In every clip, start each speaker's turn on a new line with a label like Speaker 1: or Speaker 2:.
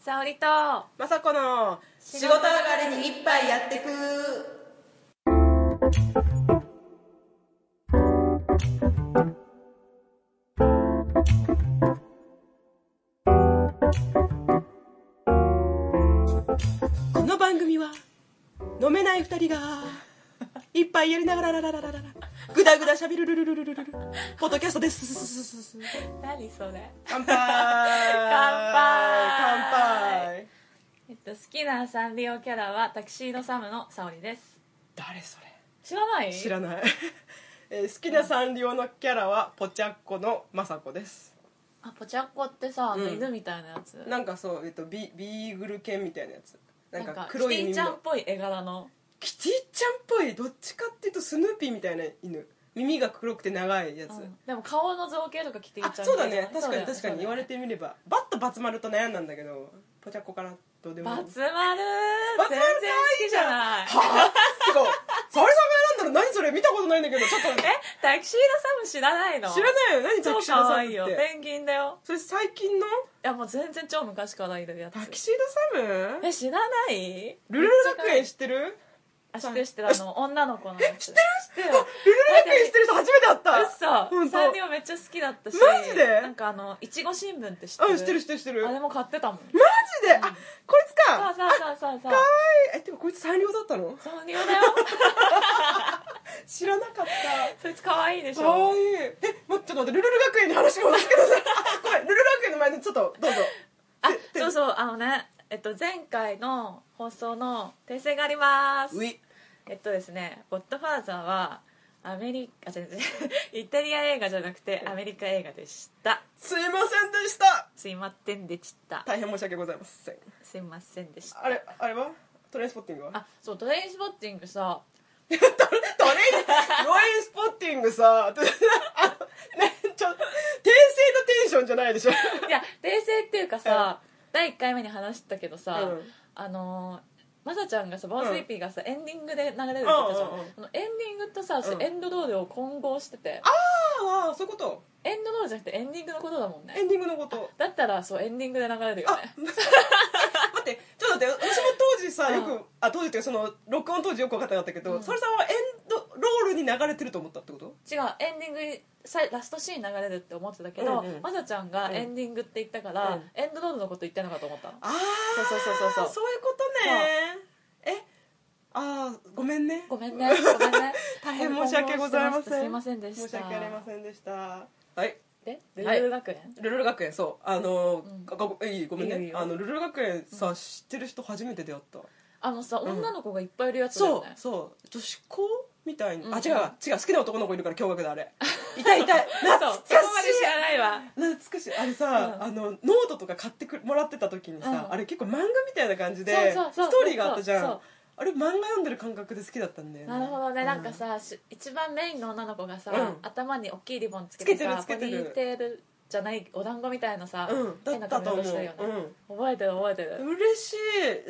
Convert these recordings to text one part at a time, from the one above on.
Speaker 1: 沙織と
Speaker 2: まさこの仕事上がりに一杯やってくこの番組は飲めない二人が一杯やりながららららららぐだぐだしゃべるるるるるるるるポッドキャストです
Speaker 1: 何それ
Speaker 2: 乾 杯乾
Speaker 1: 杯
Speaker 2: 杯
Speaker 1: えっと好きなサンリオキャラはタキシードサムの沙織です
Speaker 2: 誰それ
Speaker 1: 知らない
Speaker 2: 知らない、 えー好きなサンリオのキャラはポチャッコのまさこです
Speaker 1: あポチャッコってさ、あの
Speaker 2: うん
Speaker 1: 犬みたいなやつ
Speaker 2: なんかそう、えっと、ビビーグル犬みたいなやつなん
Speaker 1: なん
Speaker 2: か
Speaker 1: かキテ
Speaker 2: 黒い
Speaker 1: ィ
Speaker 2: 耳
Speaker 1: ちゃん
Speaker 2: の
Speaker 1: っぽい絵柄の
Speaker 2: キティちゃんっぽいどっちかっていうとスヌーピーみたいな犬耳が黒くて長いやつ、
Speaker 1: うんでも顔の造形とかキティちゃん
Speaker 2: あ
Speaker 1: っぽい
Speaker 2: そうだね確かに確
Speaker 1: そうだ
Speaker 2: か
Speaker 1: よ
Speaker 2: に言われてみればバッとバツ丸と悩んだんだけどポチャッコかなどうでもいい
Speaker 1: バツマル
Speaker 2: バツ
Speaker 1: 全
Speaker 2: 丸
Speaker 1: 然
Speaker 2: 可
Speaker 1: 好
Speaker 2: 愛
Speaker 1: き
Speaker 2: い
Speaker 1: じ
Speaker 2: じ
Speaker 1: ゃ
Speaker 2: ゃ
Speaker 1: ない
Speaker 2: はぁてか沙織さんが選んだの何それ見たことないんだけどちょっと
Speaker 1: えタキシードサム知らないの
Speaker 2: 知らないよ何タ
Speaker 1: 超
Speaker 2: キシード
Speaker 1: 可
Speaker 2: サム
Speaker 1: 愛いよ
Speaker 2: って
Speaker 1: ペンギンだよ
Speaker 2: それ最近の
Speaker 1: いやもう全然超昔からいるや
Speaker 2: タキ
Speaker 1: つ
Speaker 2: シードサム
Speaker 1: え知らない
Speaker 2: ルルル学園知ってるルルル
Speaker 1: あ知ってる知ってるあの女の子のやつ知ってる知ってる
Speaker 2: 学園知ってる人初めて会った
Speaker 1: うっ
Speaker 2: 本
Speaker 1: そ
Speaker 2: 当
Speaker 1: サンリオめっちゃ好きだったし
Speaker 2: マジで
Speaker 1: なんかあのいちご新聞って知ってる
Speaker 2: うん知ってる知ってる知ってる
Speaker 1: あ
Speaker 2: マ
Speaker 1: れも買ってたもんそ
Speaker 2: ジであこいつ
Speaker 1: う
Speaker 2: か
Speaker 1: そうそうそうそう
Speaker 2: かわいいえでもこいつサンリオだったの
Speaker 1: サンリオだよ
Speaker 2: 知らなかった
Speaker 1: そいつ可愛いでし
Speaker 2: かわ
Speaker 1: ょ
Speaker 2: いいえ待ってちょっと待ってルルル学園に話戻すけどさあごめんルルル学園の前でちょっとどうぞ
Speaker 1: あそうそうあのねえっと前回の放送の訂正があります
Speaker 2: い
Speaker 1: えっとですね「ゴッドファーザー」はアメリカじゃ イタリア映画じゃなくてアメリカ映画でした
Speaker 2: すいませんでした
Speaker 1: すいませんでした
Speaker 2: 大変申し訳ございません
Speaker 1: すいませんでした
Speaker 2: あれあれはトレインスポッティングは
Speaker 1: あそうトレインスポッティングさ
Speaker 2: トレイン、トレインスポッティングさ、ってあのね、ちょ、訂正のテンションじゃないでしょ。
Speaker 1: いや訂正っていうかさ、第1回目に話したけどさ、
Speaker 2: うん
Speaker 1: あのーまさちゃんがさボーンスイーピーがさ、エンディングで流れるって言ったじゃん、
Speaker 2: うんうんうん
Speaker 1: そのエンディングとさ、私
Speaker 2: うん
Speaker 1: エンドロールを混合してて
Speaker 2: ああ、そういうこと。
Speaker 1: エンドロールじゃなくてエンディングのことだもん
Speaker 2: エ
Speaker 1: ね
Speaker 2: ンディングのこと。
Speaker 1: だったらそうエンディングで流れるよね
Speaker 2: 待って、ちょっと待って、私も当時さ、
Speaker 1: うん
Speaker 2: よく、あ、当時っていうかその、録音当時よく分かんなかったけ
Speaker 1: う
Speaker 2: ど、
Speaker 1: ん
Speaker 2: それさんはエンドロールに流れてると思ったってこと
Speaker 1: 違うエンディングにさラストシーン流れるって思ってたけど、
Speaker 2: うんうん
Speaker 1: まさちゃんがエンディングって言ったから、
Speaker 2: うん
Speaker 1: エンドロールのこと言ってんのかと思ったの
Speaker 2: ああ、
Speaker 1: そうそうそうそうそう
Speaker 2: そういうことね。え、ああ、ごめんね。
Speaker 1: ごめんね ごめんね
Speaker 2: 大変申し訳ございません。
Speaker 1: すいませんでした
Speaker 2: 申し訳ありませんでした。はい。
Speaker 1: でル
Speaker 2: はい
Speaker 1: ール学園、
Speaker 2: ルルル学園そうあの
Speaker 1: うん
Speaker 2: ー、ごいいごめんね
Speaker 1: いいよいいよ
Speaker 2: あのルルル学園さ、知ってる人初めて出会った
Speaker 1: あのさ
Speaker 2: ん
Speaker 1: 女の子がいっぱいいるやつだ
Speaker 2: そ
Speaker 1: よ
Speaker 2: う
Speaker 1: ね、
Speaker 2: そう女子校みたいに、
Speaker 1: うん
Speaker 2: あ違う違う好きな男の子いるから驚愕だあれいたいた懐か
Speaker 1: そう
Speaker 2: し
Speaker 1: そこまで知ら
Speaker 2: い
Speaker 1: ないわ
Speaker 2: 懐かしいあれさ、
Speaker 1: うん
Speaker 2: あのノートとか買ってくもらってた時にさ、
Speaker 1: うん
Speaker 2: あれ結構漫画みたいな感じで
Speaker 1: そうそうそう
Speaker 2: ストーリーがあったじゃん
Speaker 1: そうそう
Speaker 2: あれ漫画読んでる感覚で好きだったんだよね
Speaker 1: なるほどね、
Speaker 2: う
Speaker 1: なんかさし一番メインの女の子がさ、
Speaker 2: うん
Speaker 1: 頭に大きいリボンつけてさ
Speaker 2: つけてる
Speaker 1: ポ
Speaker 2: つけてる
Speaker 1: ニーテールじゃないお団子みたいなさ、
Speaker 2: うんだ
Speaker 1: 変
Speaker 2: っ
Speaker 1: な
Speaker 2: た
Speaker 1: 髪
Speaker 2: と思
Speaker 1: 型
Speaker 2: う、
Speaker 1: してるよね、
Speaker 2: うん
Speaker 1: 覚えてる覚えてる、
Speaker 2: 嬉し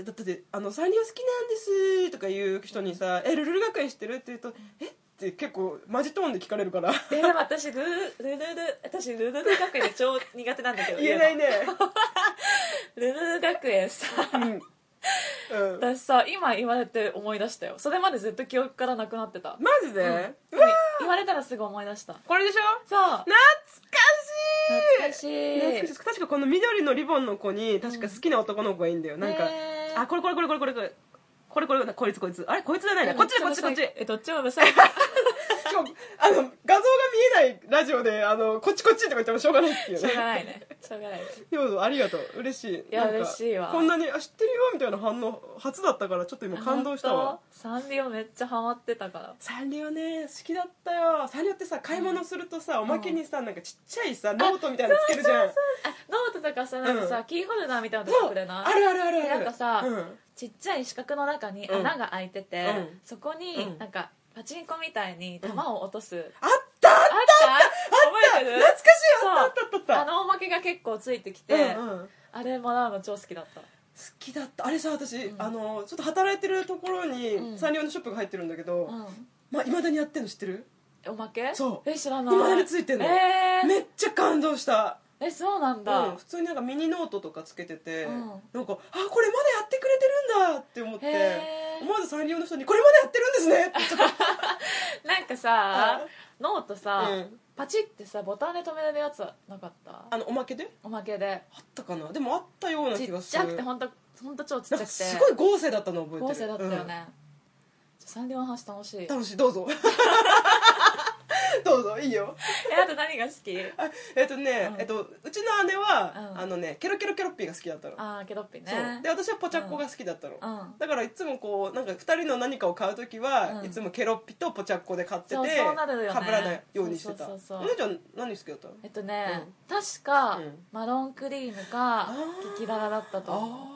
Speaker 2: いだってあの「サンリオ好きなんです」とか言う人にさ「えルルル学園知ってる?」って言うと「えっ?」て結構マジトーンで聞かれるから
Speaker 1: ででも私ルルルルル私ルルル学園で超苦手なんだけど
Speaker 2: 言えな い
Speaker 1: ね
Speaker 2: ね
Speaker 1: ルルル学園さ
Speaker 2: うん、うん、
Speaker 1: 私さ今言われて思い出したよそれまでずっと記憶からなくなってた、
Speaker 2: マジで、う
Speaker 1: でも
Speaker 2: わ
Speaker 1: 言われたらすぐ思い出した
Speaker 2: これでしょ
Speaker 1: そう
Speaker 2: 懐か
Speaker 1: 懐か
Speaker 2: しい
Speaker 1: しい
Speaker 2: 懐かしい確かこの緑のリボンの子に確か好きな男の子がいいんだよ、なんか、
Speaker 1: ね
Speaker 2: あこれこれこれこれこれこれこれこれこいつこいつあれこいつじゃないなこっちだこっちこっち
Speaker 1: えどっちもブサイク
Speaker 2: しかもあの画像が見えないラジオであのこっちこっちとか言ってもしょうがないっていう
Speaker 1: しょ
Speaker 2: ね
Speaker 1: うがない ねしょうがないね
Speaker 2: でもありがとう嬉しいい
Speaker 1: や嬉しいわ
Speaker 2: こんなにあ知ってるよみたいな反応初だったからちょっと今感動したわ
Speaker 1: 本当サンリオめっちゃハマってたから
Speaker 2: サンリオね好きだったよサンリオってさ買い物するとさ、おまけにさなんかちっちゃいさノートみたいなのつけるじゃんそう
Speaker 1: あノートとかさなんかさ、
Speaker 2: う
Speaker 1: キーホルダーみたいなのとかくれない
Speaker 2: あるあるあるある
Speaker 1: なんかさ
Speaker 2: うん
Speaker 1: ちっちゃい四角の中に
Speaker 2: うん
Speaker 1: 穴が開いてて、
Speaker 2: うん
Speaker 1: そこ
Speaker 2: う
Speaker 1: に
Speaker 2: ん
Speaker 1: なんかパチンコみたいに玉を落とす、あっ
Speaker 2: あったあった
Speaker 1: あった覚えて
Speaker 2: た
Speaker 1: る
Speaker 2: 懐かしい
Speaker 1: そう
Speaker 2: あったあったあった
Speaker 1: あのおまけが結構ついてきて、
Speaker 2: うんうん好
Speaker 1: あれもらうの超好きだった
Speaker 2: きだったあれさ私、
Speaker 1: うん
Speaker 2: あのちょっと働いてるところ
Speaker 1: う
Speaker 2: に
Speaker 1: ん
Speaker 2: サンリオのショップが入ってるんだけど、
Speaker 1: うん
Speaker 2: まあいまだにやってんの知ってる
Speaker 1: えおまけ
Speaker 2: そう
Speaker 1: え知らない
Speaker 2: いまだについてんの、
Speaker 1: えー
Speaker 2: めっちゃ感動した
Speaker 1: えそうなんだ、
Speaker 2: うん、普通になんかミニノートとかつけてて、
Speaker 1: うん
Speaker 2: なんか「あこれまだやってくれてるんだ」って思っ
Speaker 1: へ
Speaker 2: て
Speaker 1: ー
Speaker 2: 思わずサンリオの人に「これまだやってるんですね」ってちょっと
Speaker 1: なんかさノートさ、
Speaker 2: うん
Speaker 1: パチってさボタンで止められるやつはなかった
Speaker 2: あのおまけで
Speaker 1: おまけで
Speaker 2: あったかなでもあったような
Speaker 1: ち
Speaker 2: 気が
Speaker 1: っ
Speaker 2: す
Speaker 1: ち
Speaker 2: る
Speaker 1: ゃくてほんとほんと超ちっちゃ
Speaker 2: なん
Speaker 1: くて
Speaker 2: かすごい豪勢だったの覚えてる
Speaker 1: 豪勢だったよね、じゃあサンリオの話楽しい
Speaker 2: うん
Speaker 1: え
Speaker 2: 楽しいどうぞ どうぞいいよ
Speaker 1: あと何が好き
Speaker 2: あえっとね、
Speaker 1: うん
Speaker 2: えっと、うちの姉は、
Speaker 1: うん
Speaker 2: あのねケロケロケロッピーが好きだったの、
Speaker 1: ああケロッピ
Speaker 2: そう
Speaker 1: ね
Speaker 2: で私はポチャッコが好きだったの、
Speaker 1: うん
Speaker 2: だからいつもこうなんか2人の何かを買う時は、
Speaker 1: うん
Speaker 2: いつもケロッピとポチャッコで買ってて
Speaker 1: そうそうなるよね
Speaker 2: 被らないようにしてた
Speaker 1: そうそうそうそう
Speaker 2: お姉ちゃん何好きだったの
Speaker 1: えっとね、
Speaker 2: うん
Speaker 1: 確か、
Speaker 2: うん
Speaker 1: マロンクリームか
Speaker 2: あー
Speaker 1: キキララだったと思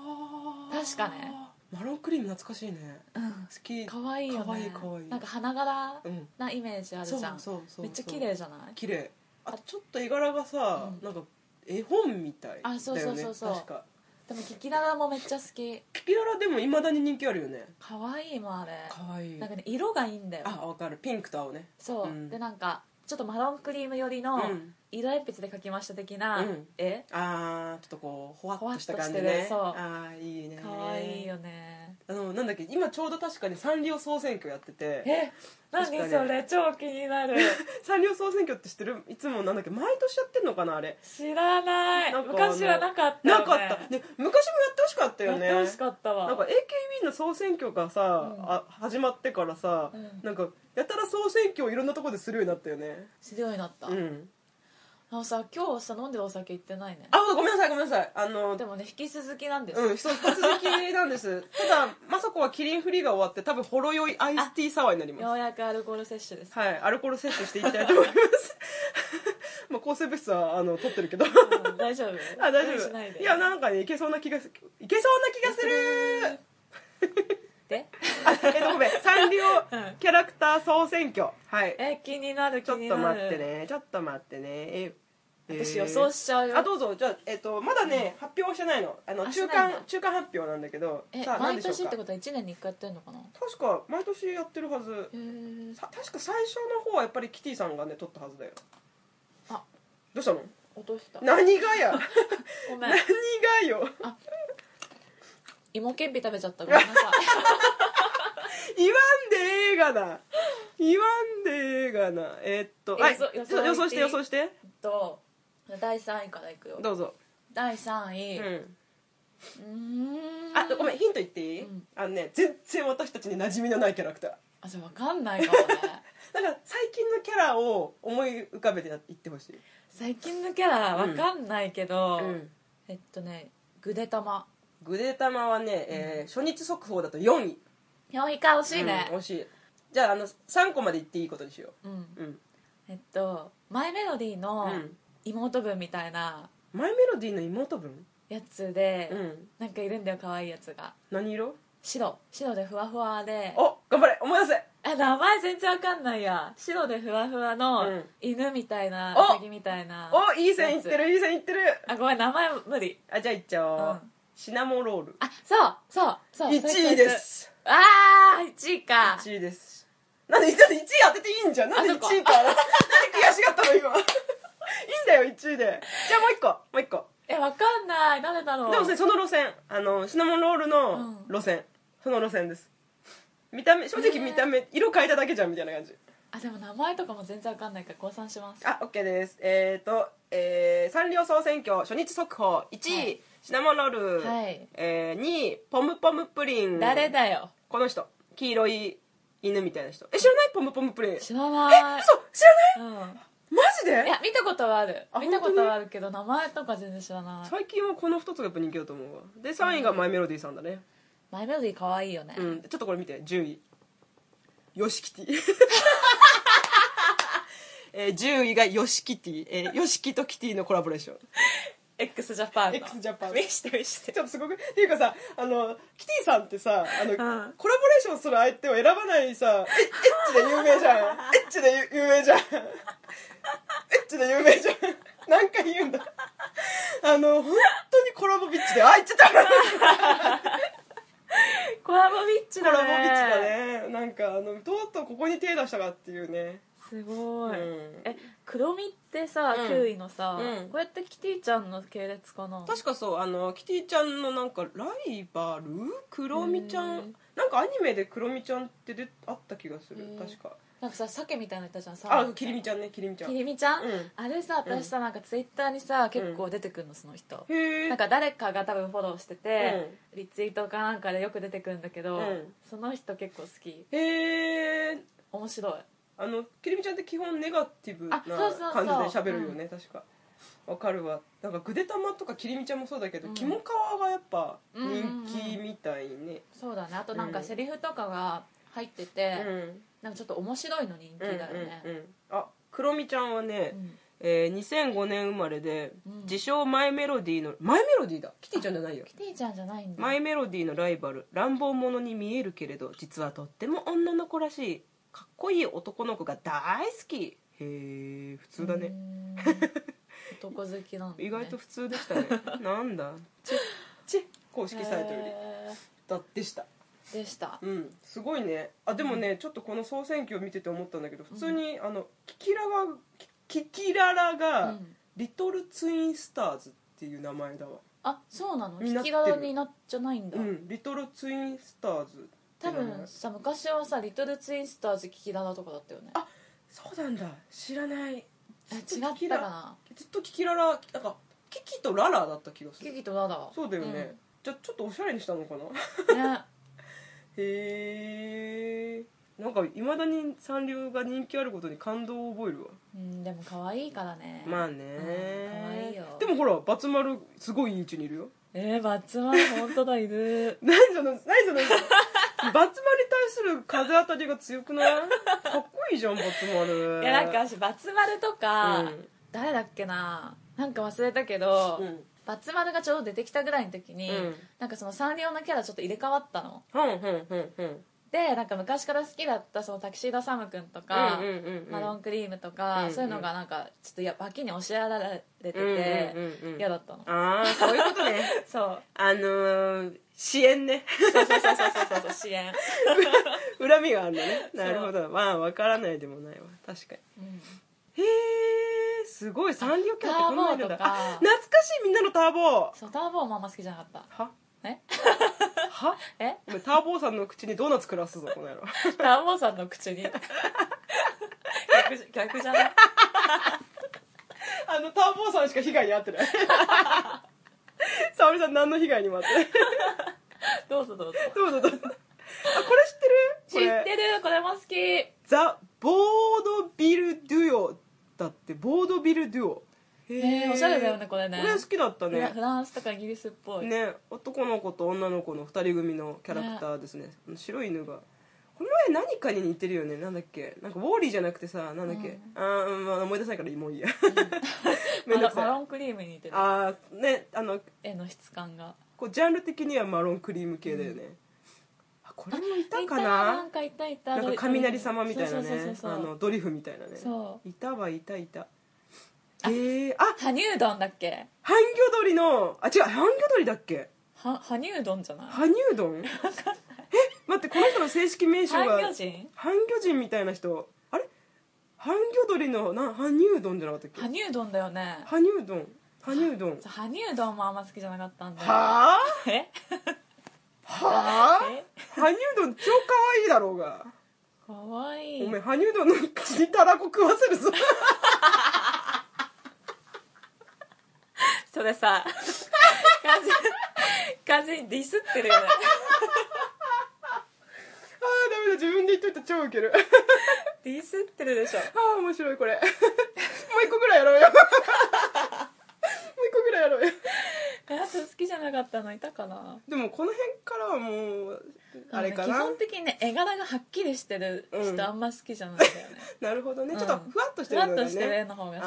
Speaker 2: あ
Speaker 1: 確
Speaker 2: ー
Speaker 1: かね
Speaker 2: マロンクリーム懐かしいね
Speaker 1: ううん
Speaker 2: 好き
Speaker 1: かわいいよね
Speaker 2: かわいいかわいい
Speaker 1: なんか花柄
Speaker 2: うん
Speaker 1: なイメージあるじゃん
Speaker 2: そうそうそう
Speaker 1: めっちゃ綺麗じゃない
Speaker 2: 綺麗あとちょっと絵柄がさ、
Speaker 1: うん
Speaker 2: なんか絵本みたいだよね
Speaker 1: あそうそうそうそう
Speaker 2: 確か
Speaker 1: でもキキララもめっちゃ好き
Speaker 2: キキララでもいまだに人気あるよね
Speaker 1: かわいいもんあれ
Speaker 2: かわいい
Speaker 1: なんかね色がいいんだよ
Speaker 2: あわかるピンクと青ね
Speaker 1: そう、
Speaker 2: うん
Speaker 1: でなんかちょっとマロンクリーム寄りの
Speaker 2: うん
Speaker 1: 色鉛筆で描きました的な
Speaker 2: うん
Speaker 1: 絵、
Speaker 2: あーちょっとこうほわっとした感じ
Speaker 1: ほわっとし
Speaker 2: ね
Speaker 1: てるそう
Speaker 2: あーいいね
Speaker 1: かわいいよね
Speaker 2: あのなんだっけ今ちょうど確かにサンリオ総選挙やってて
Speaker 1: え何
Speaker 2: 確かに
Speaker 1: それ超気に なる
Speaker 2: サンリオ総選挙って知ってるいつもなんだっけ毎年やってんのかなあれ
Speaker 1: 知らない
Speaker 2: なんかあの
Speaker 1: 昔はなかったよ、
Speaker 2: な
Speaker 1: ね、
Speaker 2: かった、ね、昔もやってほしかったよね
Speaker 1: やってほしかったわ
Speaker 2: なんか AKB の総選挙がさ、
Speaker 1: うん
Speaker 2: あ始まってからさ、
Speaker 1: うん
Speaker 2: なんかやたら総選挙をいろんなところでするようになったよね
Speaker 1: するようになった、
Speaker 2: うん
Speaker 1: あのさ今日さ飲んでるお酒行ってないね
Speaker 2: あごめんなさいごめんなさいあの
Speaker 1: でもね引き続きなんです、
Speaker 2: うん、そう続きなんですただ雅子はキリンフリーが終わって多分ほろ酔いアイスティーサワーになり
Speaker 1: よ
Speaker 2: ま
Speaker 1: うやくアルコール摂取 です
Speaker 2: す、はいアルコール摂取していきたいと思います まあ抗生物質はあの取ってる けど
Speaker 1: うん大丈夫
Speaker 2: あ大丈
Speaker 1: 無理しない
Speaker 2: 夫
Speaker 1: で
Speaker 2: いやなんかねいけそうな気がすいけそうな気がする
Speaker 1: で
Speaker 2: あえっとごめんサンリ
Speaker 1: うん
Speaker 2: オキャラクター総選挙はい
Speaker 1: え気になる気
Speaker 2: ちょっ
Speaker 1: になる
Speaker 2: と待ってねちょっと待ってねえー
Speaker 1: 私予想しちゃうよ
Speaker 2: あどうぞじゃあ、えっとまだね、発表はしてないのあの
Speaker 1: あ
Speaker 2: 中
Speaker 1: してないんだ
Speaker 2: 間中間発表なんだけど
Speaker 1: え
Speaker 2: さあ
Speaker 1: 毎
Speaker 2: 何でしょう
Speaker 1: 年っ
Speaker 2: か
Speaker 1: てことは1年に1回やってんのかな
Speaker 2: 確か毎年やってるはず
Speaker 1: へえ
Speaker 2: さ確か最初の方はやっぱりキティさんがね撮ったはずだよ
Speaker 1: あ
Speaker 2: どうしたの
Speaker 1: 落とした
Speaker 2: 何がや
Speaker 1: ごめん
Speaker 2: 何がよ
Speaker 1: 芋けんぴ食べちゃったごめんな さい
Speaker 2: 言わんでええがな言わんでええがなえーっと
Speaker 1: え
Speaker 2: はい
Speaker 1: 予想
Speaker 2: 予想して
Speaker 1: 予
Speaker 2: 予
Speaker 1: 想
Speaker 2: 想して
Speaker 1: えっと第3位からいくよ
Speaker 2: どうぞ、
Speaker 1: 第3
Speaker 2: う、
Speaker 1: 位うんーん
Speaker 2: あごめんヒント言っていい、
Speaker 1: うん
Speaker 2: あのね全然私たちに馴染みのないキャラクター
Speaker 1: あじゃあ分かんないかも ね
Speaker 2: だから最近のキャラを思い浮かべてやっていってほしい、
Speaker 1: 最近のキャラ分かんないけど、
Speaker 2: うん、
Speaker 1: えっとねぐでたま
Speaker 2: グデタマはね、えー初日速報だと4位
Speaker 1: 4位か惜しいね
Speaker 2: うん、惜しいじゃああの3個まで言っていいことにしよ
Speaker 1: うん、
Speaker 2: ううん
Speaker 1: えっとマイメロディの
Speaker 2: うん
Speaker 1: 妹分みたいな
Speaker 2: マイメロディーの妹分
Speaker 1: やつで、
Speaker 2: うん
Speaker 1: なんかいるんだよ可愛いやつが
Speaker 2: 何色
Speaker 1: 白白でふわふわで
Speaker 2: お頑張れ思い出せ
Speaker 1: あ名前全然わかんないや白でふわふわ
Speaker 2: う
Speaker 1: の
Speaker 2: ん
Speaker 1: 犬みたいな、
Speaker 2: お
Speaker 1: ウサギみたいな
Speaker 2: おいい線いってるいい線いってる
Speaker 1: あごめん名前無理
Speaker 2: あじゃあいっちゃおう、
Speaker 1: うん
Speaker 2: シナモンロール
Speaker 1: あそうそうそうそいつ
Speaker 2: 1位です
Speaker 1: ああ1位か
Speaker 2: 1位ですなんで1位当てていいんじゃんなんで1
Speaker 1: あそっか
Speaker 2: 位かなんで悔しがったの今 いいんだよ1位でじゃあもう一個もう一個
Speaker 1: えわかんないなんでだろう
Speaker 2: でもねその路線あのシナモンロールの
Speaker 1: うん
Speaker 2: 路線、その路線です見た目正直見た目、色変えただけじゃんみたいな感じ
Speaker 1: あでも名前とかも全然わかんないから降参します
Speaker 2: あ、オッケーです。えっ、ー、と、えー、サンリオ総選挙初日速報1位、
Speaker 1: はい
Speaker 2: シナモンロール、
Speaker 1: はい
Speaker 2: えー、2位ポムポムプリン
Speaker 1: 誰だよ
Speaker 2: この人黄色い犬みたいな人え知らないポムポムプリン嘘
Speaker 1: 知らない
Speaker 2: 知らない
Speaker 1: うん
Speaker 2: マジで
Speaker 1: いや見たことはある
Speaker 2: あ
Speaker 1: 見たこ
Speaker 2: 本
Speaker 1: と
Speaker 2: 当に
Speaker 1: はあるけど名前とか全然知らない
Speaker 2: 最近はこの2つがやっぱ人気だと思うわで3位がマイメロディーさんだね
Speaker 1: マイメロディー可愛いよね、
Speaker 2: うん、ちょっとこれ見て10位ヨシキテ ィえー、10位がヨシキティ、えー、ヨシキとキティのコラボレーション
Speaker 1: x ジャパンの
Speaker 2: x ジャパン
Speaker 1: 見して見して
Speaker 2: ちょっとすごくっていうかさあのキティさんってさあの、コラボレーションする相手を選ばないさエッチで有名じゃんエッチで有名じゃんエッチで有名じゃん何回言うんだあの本当にコラボビッチであ言っちゃった
Speaker 1: ココラボビッチ
Speaker 2: コラボ
Speaker 1: だ
Speaker 2: ビ
Speaker 1: ね
Speaker 2: ッチだねなんかあのとうとうここに手出したかっていうね
Speaker 1: すごい、
Speaker 2: うん
Speaker 1: え黒みってさ、
Speaker 2: うん
Speaker 1: キウイのさ、
Speaker 2: うん
Speaker 1: こうやってキティちゃんの系列かな
Speaker 2: 確かそうあのキティちゃんのなんかライバルクロミちゃ
Speaker 1: へ
Speaker 2: ん
Speaker 1: ー
Speaker 2: なんかアニメでクロミちゃんってであった気がする
Speaker 1: へー
Speaker 2: 確か
Speaker 1: なんかさ鮭みたいなのいたじゃんさ
Speaker 2: あキリミちゃんねキリミちゃん
Speaker 1: キ
Speaker 2: へ
Speaker 1: リミちゃん、
Speaker 2: うん
Speaker 1: あれさ
Speaker 2: うん
Speaker 1: 私さなんかツイッターにさ結構出てくるのその人、
Speaker 2: え
Speaker 1: なんか誰かが多分フォローしてて、リツイートかなんかでよく出てくるんだけど、
Speaker 2: うん
Speaker 1: その人結構好き
Speaker 2: へえ
Speaker 1: 面白い
Speaker 2: あのキリミちゃんって基本ネガティブな
Speaker 1: あそうそうそう
Speaker 2: 感じで喋るよね確かわかるわなんかぐでたまとかキリミちゃんもそうだけど、
Speaker 1: うん
Speaker 2: キモカワがやっぱ
Speaker 1: うんうんうん
Speaker 2: 人気みたいね
Speaker 1: そうだねあとなん
Speaker 2: う
Speaker 1: か
Speaker 2: ん
Speaker 1: セリフとかが入って
Speaker 2: う
Speaker 1: て
Speaker 2: ん、うん
Speaker 1: なんかちょっと面白いの人気
Speaker 2: うん
Speaker 1: だよね、
Speaker 2: うんあクロミちゃんはね、
Speaker 1: うん
Speaker 2: えー、2005年生まれで、
Speaker 1: うん
Speaker 2: 自称マイメロディーのマイメロディーだキティちゃんじゃないよ
Speaker 1: キティちゃんじゃないんだ
Speaker 2: マイメロディーのライバル乱暴者に見えるけれど実はとっても女の子らしいかっこいい男の子が大好きへえ普通だね
Speaker 1: うーん男好きなんだ、ね、
Speaker 2: 意外と普通で したねなんだチェチェ公式サイトより
Speaker 1: へ
Speaker 2: だでした
Speaker 1: ーでした
Speaker 2: うんすごいねあでもね、ちょっとこの総選挙を見てて思ったんだけど普通に、あのキキラがキキキララが、
Speaker 1: うん
Speaker 2: リトルツインスターズっていう名前だわ
Speaker 1: あそうなの
Speaker 2: に
Speaker 1: 聞
Speaker 2: なって
Speaker 1: き
Speaker 2: る
Speaker 1: 側になっちゃないんだ、
Speaker 2: うん、リトルツインスターズって
Speaker 1: 多
Speaker 2: 名前
Speaker 1: 分さ昔はさ「リトルツインスターズキキララ」とかだったよね
Speaker 2: あそうなんだ知らない
Speaker 1: え違
Speaker 2: ず
Speaker 1: っ
Speaker 2: とキキ
Speaker 1: た
Speaker 2: ラ
Speaker 1: かな
Speaker 2: ずっとキキララなんかキキとララだった気がす
Speaker 1: キ
Speaker 2: る
Speaker 1: キとララ
Speaker 2: そうだよね、じゃあちょっとおしゃれにしたのかな
Speaker 1: うん ね
Speaker 2: へえんかいまだにサンリオが人気あることに感動を覚えるわ
Speaker 1: うんでも可愛いからね
Speaker 2: まあ
Speaker 1: うん可愛い
Speaker 2: ね
Speaker 1: よ
Speaker 2: でもほらバツ丸すごいいい位置にいるよ
Speaker 1: えー、バッツマン本当だいる
Speaker 2: 何その何その バツ丸に対する風当たりが強くな いかっこいいじゃんバツ丸
Speaker 1: いやなんか私バツマルとか、
Speaker 2: うん
Speaker 1: 誰だっけななんか忘れたけど、
Speaker 2: うん
Speaker 1: バツマルがちょうど出てきたぐらいの時に、
Speaker 2: うん
Speaker 1: なんかそのサンリオのキャラちょっと入れ替わったの
Speaker 2: うんうんうんうん
Speaker 1: でなんか昔から好きだったそのタキシードサム君とか、
Speaker 2: うんうんうんうん
Speaker 1: マロンクリームとか、
Speaker 2: うんうん
Speaker 1: そういうのがなんかちょっとや脇に押しやられてて、
Speaker 2: うんうんうんうん
Speaker 1: 嫌だったの
Speaker 2: ああそういうことね
Speaker 1: そう
Speaker 2: あのー、支援ね
Speaker 1: そうそうそうそうそうそう支援、
Speaker 2: 恨みがあるんだね
Speaker 1: そう
Speaker 2: なるほどまあ分からないでもないわ確かに
Speaker 1: うん
Speaker 2: へえすごいサンリオキャラってこんなにいるんだ
Speaker 1: ターボーとか
Speaker 2: あ懐かしいみんなのターボー
Speaker 1: そうターボーもあんま好きじゃなかっ
Speaker 2: は
Speaker 1: たえ
Speaker 2: は
Speaker 1: え
Speaker 2: お前ターボーさんの口にドーナツ暮らすぞこの野郎
Speaker 1: ターボーさんの口に逆じ逆じゃない
Speaker 2: あのターボーさんしか被害に遭ってない沙織さん何の被害にも遭ってない
Speaker 1: どうぞどうぞ
Speaker 2: どうぞどうぞあこれ知
Speaker 1: 知
Speaker 2: っ
Speaker 1: ってて
Speaker 2: るこれ
Speaker 1: るこれも好き
Speaker 2: ザ・ボードビル・デュオだってボードビル・デュオへ
Speaker 1: えーおしゃれだよねこれね
Speaker 2: これ好きだった
Speaker 1: フラ
Speaker 2: ね
Speaker 1: フランスとかイギリスっぽい、
Speaker 2: ね男の子と女の子の2人組のキャラクターですね白い犬がこの前何かに似てるよねなんだっけなんかウォーリーじゃなくてさなんだっけ、あーうんまあ思い出せないから もういいやめんどく
Speaker 1: マロマ
Speaker 2: さ
Speaker 1: ロ
Speaker 2: い
Speaker 1: ンクリームに似てる
Speaker 2: ああねあの
Speaker 1: 絵の質感が
Speaker 2: こうジャンル的にはマロンクリーム系だよね、あこれもいたかな
Speaker 1: なんかいたいた
Speaker 2: なんか雷様みたいな
Speaker 1: そうそうそう
Speaker 2: ね
Speaker 1: そう
Speaker 2: あのドリフみたいなね
Speaker 1: そ
Speaker 2: いたはいたいたえー、あ
Speaker 1: 羽生丼だっけ
Speaker 2: 半魚鳥のあ違う半魚鳥だっけ
Speaker 1: は羽生丼じゃない
Speaker 2: 羽生丼え待ってこの人の正式名称
Speaker 1: 半
Speaker 2: が
Speaker 1: 魚人
Speaker 2: 半魚人みたいな人あれ半魚鳥のな羽生丼じゃなかったっけ
Speaker 1: 羽生丼だよね
Speaker 2: 羽生丼羽生丼
Speaker 1: そう羽生丼もあんま好きじゃなかったんだよ
Speaker 2: はあ
Speaker 1: え
Speaker 2: はあ
Speaker 1: え
Speaker 2: 羽生丼超可愛いだろうが
Speaker 1: かわいい
Speaker 2: お前羽生丼の口にたらこ食わせるぞ
Speaker 1: それ さ完全完全にディスってる よね
Speaker 2: あーダメだ自分で言っといた超ウケる
Speaker 1: ディスってるでしょ
Speaker 2: ああ面白い これもう一個ぐらいやろうよ もう一個ぐらいやろうよ
Speaker 1: あと好きじゃなかったのいたかな
Speaker 2: でもこの辺からはもうあれか
Speaker 1: 基
Speaker 2: な、
Speaker 1: 本的にね絵柄がはっきりしてる
Speaker 2: うん
Speaker 1: 人あんま好きじゃないんだよね、
Speaker 2: なるほどね
Speaker 1: うん
Speaker 2: ちょっとふわっとして
Speaker 1: ふ
Speaker 2: る
Speaker 1: わ
Speaker 2: の
Speaker 1: っ
Speaker 2: が
Speaker 1: としてる絵
Speaker 2: ね
Speaker 1: の方が好き
Speaker 2: あ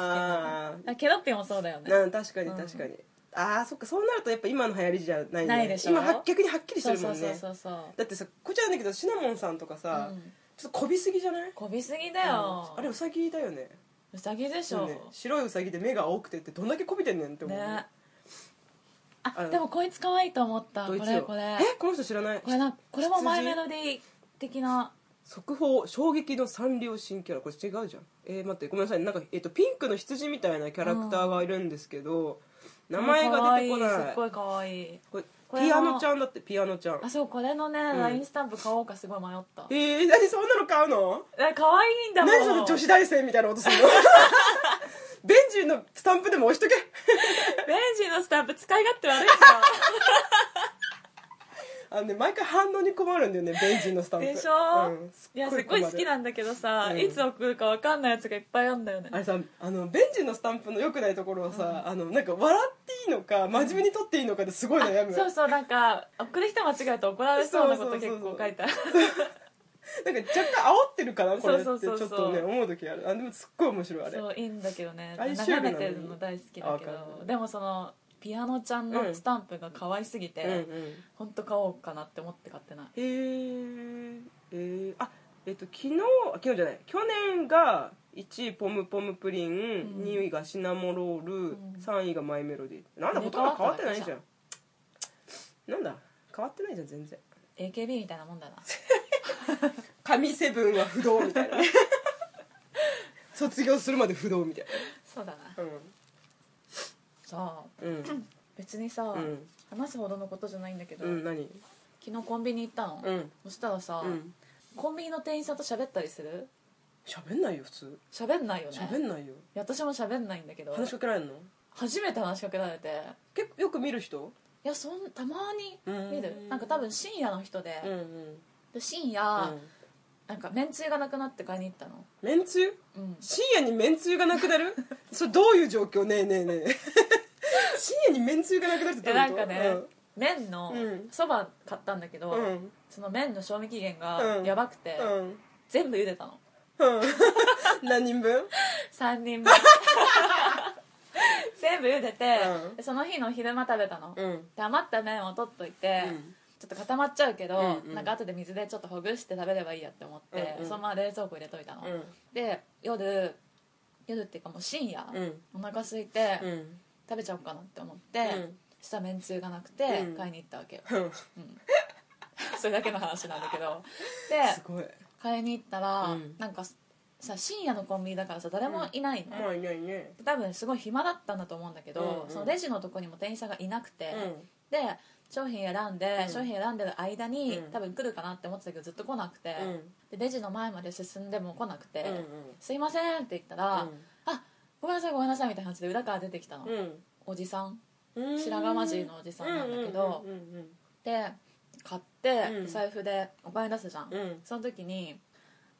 Speaker 1: なのケロッピもそうだよね
Speaker 2: な確かに
Speaker 1: うん
Speaker 2: 確かに、ああそっかそうなるとやっぱ今の流行りじゃないね
Speaker 1: ないでしょ
Speaker 2: 今は逆にはっきりして
Speaker 1: そう
Speaker 2: るも
Speaker 1: そ
Speaker 2: ん
Speaker 1: う
Speaker 2: ね
Speaker 1: そうそうそう
Speaker 2: だってさこっちなんだけどシナモンさんとかさ、
Speaker 1: うん
Speaker 2: ちょっとこびすぎじゃない
Speaker 1: こびすぎだよ、
Speaker 2: あれウサギだよね
Speaker 1: うさぎでし
Speaker 2: そう
Speaker 1: ょ、
Speaker 2: ね白いウサギで目が青くてってどんだけこびてんねんって思うね
Speaker 1: ね
Speaker 2: あ
Speaker 1: あ
Speaker 2: の
Speaker 1: でもこいつ可愛いと思ったこ
Speaker 2: ドイツ
Speaker 1: れ
Speaker 2: よ
Speaker 1: これ
Speaker 2: えこの人知らない
Speaker 1: これなこれも前メロディー的な
Speaker 2: 速報衝撃のサンリオ新キャラこれ違うじゃんえー、待ってごめんなさいなんか、えっとピンクの羊みたいなキャラクターがいるんですけど、名前が出てこな
Speaker 1: 可
Speaker 2: い
Speaker 1: 愛すっごい可愛い
Speaker 2: これ
Speaker 1: これも
Speaker 2: ピアノちゃんだってピアノちゃん
Speaker 1: あそうこれのね
Speaker 2: ん
Speaker 1: LINE、スタンプ買おうかすごい迷ったえ
Speaker 2: えー、何そんなの買うの
Speaker 1: 可愛いんだもん
Speaker 2: 何その女子大生みたいな音するの ベンジンのスタンプでも押しとけ
Speaker 1: ベンジンのスタンプ使い勝手悪いん
Speaker 2: あのね毎回反応に困るんだよねベンジンのスタンプ
Speaker 1: だでしょ、
Speaker 2: うん
Speaker 1: いやすごい好き
Speaker 2: 困る
Speaker 1: なんだけどさ、
Speaker 2: うん
Speaker 1: いつ送るか分かんないやつがいっぱいあるんだよね
Speaker 2: あれさあのベンジンのスタンプの良くないところはさ、あのなんか笑っていいのか真面目に撮っていいのかですごい悩む
Speaker 1: そうそうなんか送る人間違えて怒られそうなこと結構書いてある
Speaker 2: なんか若干煽ってるかなこれってち
Speaker 1: そ
Speaker 2: ょ
Speaker 1: うそうそうそう
Speaker 2: っとね思う時あるあでもすっごい面白いあれ
Speaker 1: そういいんだけどね
Speaker 2: あれ
Speaker 1: 眺めてるの大好きだけ
Speaker 2: シュールなのにあわか
Speaker 1: ど
Speaker 2: る
Speaker 1: でもそのピアノちゃんのスタンプが可愛すぎて、
Speaker 2: うんうん
Speaker 1: 本当買おうかなって思って買ってない
Speaker 2: へーえー、あえっと昨日あ昨日じゃない去年が1位ポムポムプリン、
Speaker 1: ん
Speaker 2: 2位がシナモロール、
Speaker 1: ん
Speaker 2: 3位がマイメロディーなんだ
Speaker 1: 入れ
Speaker 2: ほと
Speaker 1: 替
Speaker 2: ん
Speaker 1: わっ
Speaker 2: ど
Speaker 1: た
Speaker 2: 変わってない
Speaker 1: だけ
Speaker 2: じ
Speaker 1: じ
Speaker 2: ゃ
Speaker 1: ゃ
Speaker 2: んなんだ変わってないじゃん全然
Speaker 1: AKB みたいなもん だな
Speaker 2: 神セブンは不動みたいな 卒業するまで不動みたい
Speaker 1: そうだな
Speaker 2: な
Speaker 1: さあ
Speaker 2: うん
Speaker 1: 別にさ、
Speaker 2: うん
Speaker 1: 話すほどのことじゃないんだけど、
Speaker 2: うん何
Speaker 1: 昨日コンビニ行ったの、
Speaker 2: うん
Speaker 1: そしたらさ、
Speaker 2: うん
Speaker 1: コンビニの店員さんと喋ったりする
Speaker 2: 喋んないよ普通
Speaker 1: 喋んないよね
Speaker 2: 喋
Speaker 1: い
Speaker 2: んないよ
Speaker 1: や私も喋んないんだけど
Speaker 2: 話しかけられんの
Speaker 1: 初めて話しかけられて
Speaker 2: 結構よく見る人
Speaker 1: いやそんたまに見る
Speaker 2: うん
Speaker 1: なんか多分深夜の人で,、
Speaker 2: うんうん
Speaker 1: で深夜、なんかめんつゆがなくなって買いに行ったの
Speaker 2: めんつゆ
Speaker 1: うん
Speaker 2: 深夜にめんつゆがなく なるそれどういう状況ねえねえねえ深夜にめんつゆがなくなるって
Speaker 1: で
Speaker 2: どうい
Speaker 1: な
Speaker 2: うんこと
Speaker 1: かね、麺の
Speaker 2: うん
Speaker 1: そば買ったんだけど、
Speaker 2: うんうん
Speaker 1: その麺の賞味期限が
Speaker 2: うん
Speaker 1: やばくて、
Speaker 2: うん
Speaker 1: 全部茹でた の
Speaker 2: うん何人分
Speaker 1: 3人 分全部茹でて、
Speaker 2: うん
Speaker 1: でその日の昼間食べたの、
Speaker 2: うん
Speaker 1: で余った麺を取っといて、
Speaker 2: うん
Speaker 1: ちょっと固まっちゃうけど、
Speaker 2: うんうん
Speaker 1: なんか後で水でちょっとほぐして食べればいいやって思って、
Speaker 2: うんうん
Speaker 1: そのまま冷蔵庫入れといたの、
Speaker 2: うん
Speaker 1: で夜夜っていうかもう深夜、
Speaker 2: うん
Speaker 1: お腹空いて、
Speaker 2: うん
Speaker 1: 食べちゃおうかなって思って、
Speaker 2: うん
Speaker 1: したらめんつゆがなくて
Speaker 2: うん
Speaker 1: 買いに行ったわけよ、
Speaker 2: うん
Speaker 1: それだけの話なんだけど
Speaker 2: す
Speaker 1: で
Speaker 2: ごい
Speaker 1: 買いに行ったら、
Speaker 2: うん
Speaker 1: なんかさ深夜のコンビニだからさ誰もいないの、
Speaker 2: まあいないね
Speaker 1: 多分すごい暇だったんだと思うんだけど、
Speaker 2: うんうん
Speaker 1: そのレジのとこにも店員さんがいなくて、
Speaker 2: う
Speaker 1: で商品選んで、
Speaker 2: うん
Speaker 1: 商品選んでる間に、
Speaker 2: うん
Speaker 1: 多分来るかなって思ってたけどずっと来なくて、
Speaker 2: んうん
Speaker 1: でレジの前まで進んでも来なくて「
Speaker 2: うん
Speaker 1: すいません」って言ったら「
Speaker 2: うん
Speaker 1: あごめんなさいごめんなさい」みたいな感じで裏から出てきたの、
Speaker 2: うん
Speaker 1: おじさん
Speaker 2: うん
Speaker 1: 白髪混じりのおじさんなんだけど
Speaker 2: うんうん
Speaker 1: で買って、
Speaker 2: うん
Speaker 1: 財布でお金出すじゃん、
Speaker 2: うん
Speaker 1: その時に「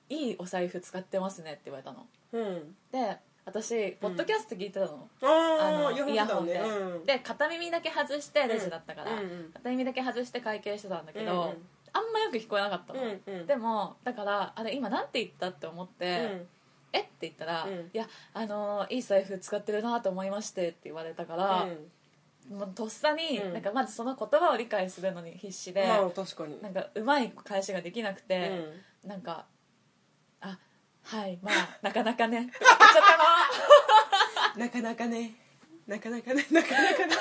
Speaker 1: いいお財布使ってますね」って言われたの
Speaker 2: うんうん
Speaker 1: で私ポッドキャスト聞いてたの、
Speaker 2: あ
Speaker 1: あ
Speaker 2: あ
Speaker 1: のイヤホンで、
Speaker 2: うん
Speaker 1: で片耳だけ外してレジだったから、
Speaker 2: うんうん
Speaker 1: 片耳だけ外して会計してたんだけど、
Speaker 2: うんうん
Speaker 1: あんまよく聞こえなかったの、
Speaker 2: うんうん
Speaker 1: でもだからあれ今なんて言ったって思って、
Speaker 2: うん
Speaker 1: えって言ったら、
Speaker 2: うん
Speaker 1: いやあのーいい財布使ってるなと思いましてって言われたから、もうとっさに、
Speaker 2: うん
Speaker 1: なんかまずその言葉を理解するのに必死で、
Speaker 2: まあ確かに
Speaker 1: なんかうまい返しができなくて、
Speaker 2: うん
Speaker 1: なんか「あはいまあ なかなかね」って言っちゃった
Speaker 2: なかなかねなかなかねなかなかね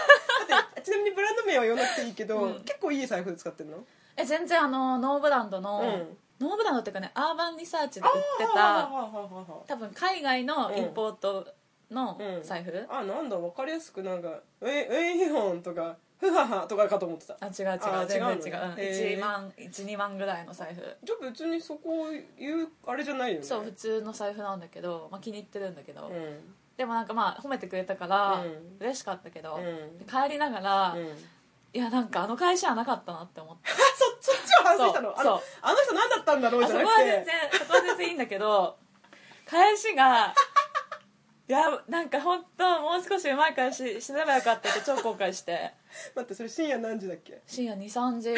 Speaker 2: だってちなみにブランド名は言わなくていいけど、
Speaker 1: うん
Speaker 2: 結構いい財布で使ってるの
Speaker 1: の え全然あのノーブランドの、
Speaker 2: うん
Speaker 1: ノーブランドっていうかねアーバンリサーチで売って
Speaker 2: あー
Speaker 1: た
Speaker 2: はーはーはーは
Speaker 1: 多分海外のインポートの
Speaker 2: うん
Speaker 1: 財布、
Speaker 2: ーあなんだ分かりやすくなんか「ウェイウェイヒホン」とか「フハハ」とかかと思ってた
Speaker 1: あ違う違う
Speaker 2: あ
Speaker 1: 全然違う
Speaker 2: 違うのねへー
Speaker 1: 1万12万ぐらいの財布
Speaker 2: じゃあ別にそこ言うあれじゃないよね
Speaker 1: そう普通の財布なんだけど、まあ、気に入ってるんだけど、
Speaker 2: うん
Speaker 1: でもなんかまあ褒めてくれたから
Speaker 2: うん
Speaker 1: 嬉しかったけど、
Speaker 2: うん
Speaker 1: で帰りなが ら、
Speaker 2: う
Speaker 1: い
Speaker 2: ん、
Speaker 1: やなんかあの会社はなかったなって思って
Speaker 2: あそそっちを反省したのあ
Speaker 1: そう
Speaker 2: のあの人何だったんだろう
Speaker 1: あ
Speaker 2: じ
Speaker 1: そ
Speaker 2: ゃ
Speaker 1: こ
Speaker 2: な
Speaker 1: は
Speaker 2: く
Speaker 1: 全然
Speaker 2: て
Speaker 1: そこは全然いいんだけど 返しがいやなんか本当もう少しうまい返ししなばよかったって超後悔して
Speaker 2: 待ってそれ深夜何時だっけ
Speaker 1: 深夜23時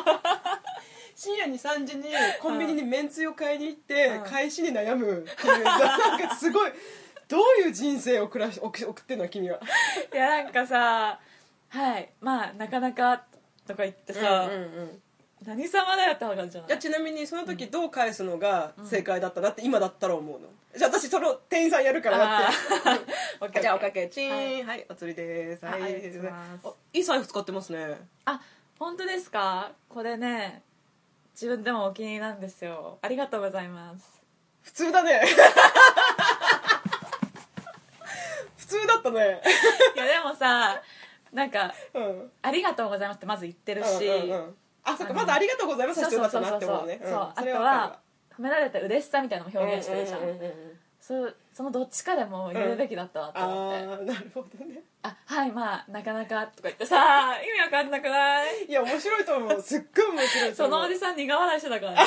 Speaker 2: 深夜に3時にコンビニにめんつゆを買いに行って
Speaker 1: うん
Speaker 2: 返しに悩むっていうなんかすごいどういう人生を暮らし 送送ってんの君はい
Speaker 1: やなんかさ「はいまあなかなか」とか言ってさ、何様だよって話じゃない
Speaker 2: いやちなみにその時どう返すのが正解だったなって今だったら思うのじゃあ私その店員さんやるから
Speaker 1: あ
Speaker 2: や って
Speaker 1: ーオッケー
Speaker 2: じゃあおか
Speaker 1: オッケ
Speaker 2: けチーン
Speaker 1: は
Speaker 2: はいい、お釣りです
Speaker 1: はいありがとうございます
Speaker 2: あいい財布使ってますね
Speaker 1: あ本当ですかこれね自分でもお気に入りなんですよありがとうござい ます
Speaker 2: 普通だね普通だったね
Speaker 1: いやでもさなんか
Speaker 2: うん
Speaker 1: 「ありがとうございます」ってまず言ってるし、
Speaker 2: うんうんうんあそっ
Speaker 1: あ
Speaker 2: か
Speaker 1: の
Speaker 2: まずありがとうございます
Speaker 1: そう
Speaker 2: は
Speaker 1: そ
Speaker 2: 必要だ
Speaker 1: う
Speaker 2: っ
Speaker 1: そ
Speaker 2: た
Speaker 1: うそう
Speaker 2: なって思うね
Speaker 1: そうあと
Speaker 2: れ
Speaker 1: は褒められた嬉しさみたいなのも
Speaker 2: わか
Speaker 1: 表
Speaker 2: るわ
Speaker 1: 現してるじゃん,、
Speaker 2: うんうんうんうん
Speaker 1: そうそのどっちかでも言うべきだったわって思って、
Speaker 2: ああなるほどね
Speaker 1: あはいまあなかなかとか言ってさ意味わかんなくない
Speaker 2: いや面白いと思うすっごい面白いと
Speaker 1: そ
Speaker 2: 思
Speaker 1: の
Speaker 2: う
Speaker 1: おじさん苦笑いしてたからね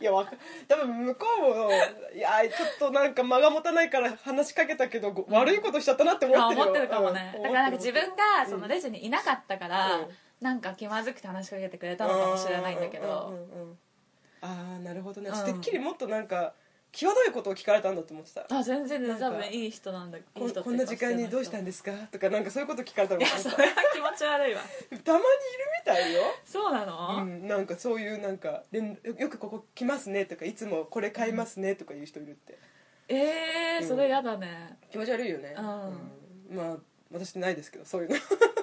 Speaker 2: いやわか多分向こうもいやちょっとなんか間が持たないから話しかけたけど、ご悪いことしちゃったなって思
Speaker 1: あ
Speaker 2: ってるよ
Speaker 1: 思ってるかもね、
Speaker 2: うん
Speaker 1: だからなんか
Speaker 2: 思って
Speaker 1: 自
Speaker 2: る
Speaker 1: 分がそのレジにいなかったから、
Speaker 2: うん
Speaker 1: なんか気まずくて話しかけてくれたのかもしれないんだけど、
Speaker 2: うんうんうんうんああなるほどね、
Speaker 1: うん
Speaker 2: てっきりもっとなんか際どいことを聞かれたんだと思ってた
Speaker 1: あ全然
Speaker 2: なん
Speaker 1: 多
Speaker 2: か
Speaker 1: 分いい人なんだいい人
Speaker 2: こん
Speaker 1: っていうか
Speaker 2: こんな時間にどうしたんですかとかなんかそういうこと聞かれたの
Speaker 1: いや
Speaker 2: か
Speaker 1: そ
Speaker 2: な
Speaker 1: れは 気持ち悪いわ
Speaker 2: たまにいるみたいよ
Speaker 1: そうなの、
Speaker 2: うん、なんかそういうなんか連よくここ来ますねとかいつもこれ買いますねとか言う人いるって
Speaker 1: ええ
Speaker 2: うん
Speaker 1: それやだね、
Speaker 2: 気持ち悪いよね
Speaker 1: う
Speaker 2: うんんまあ私ないですけどそういうの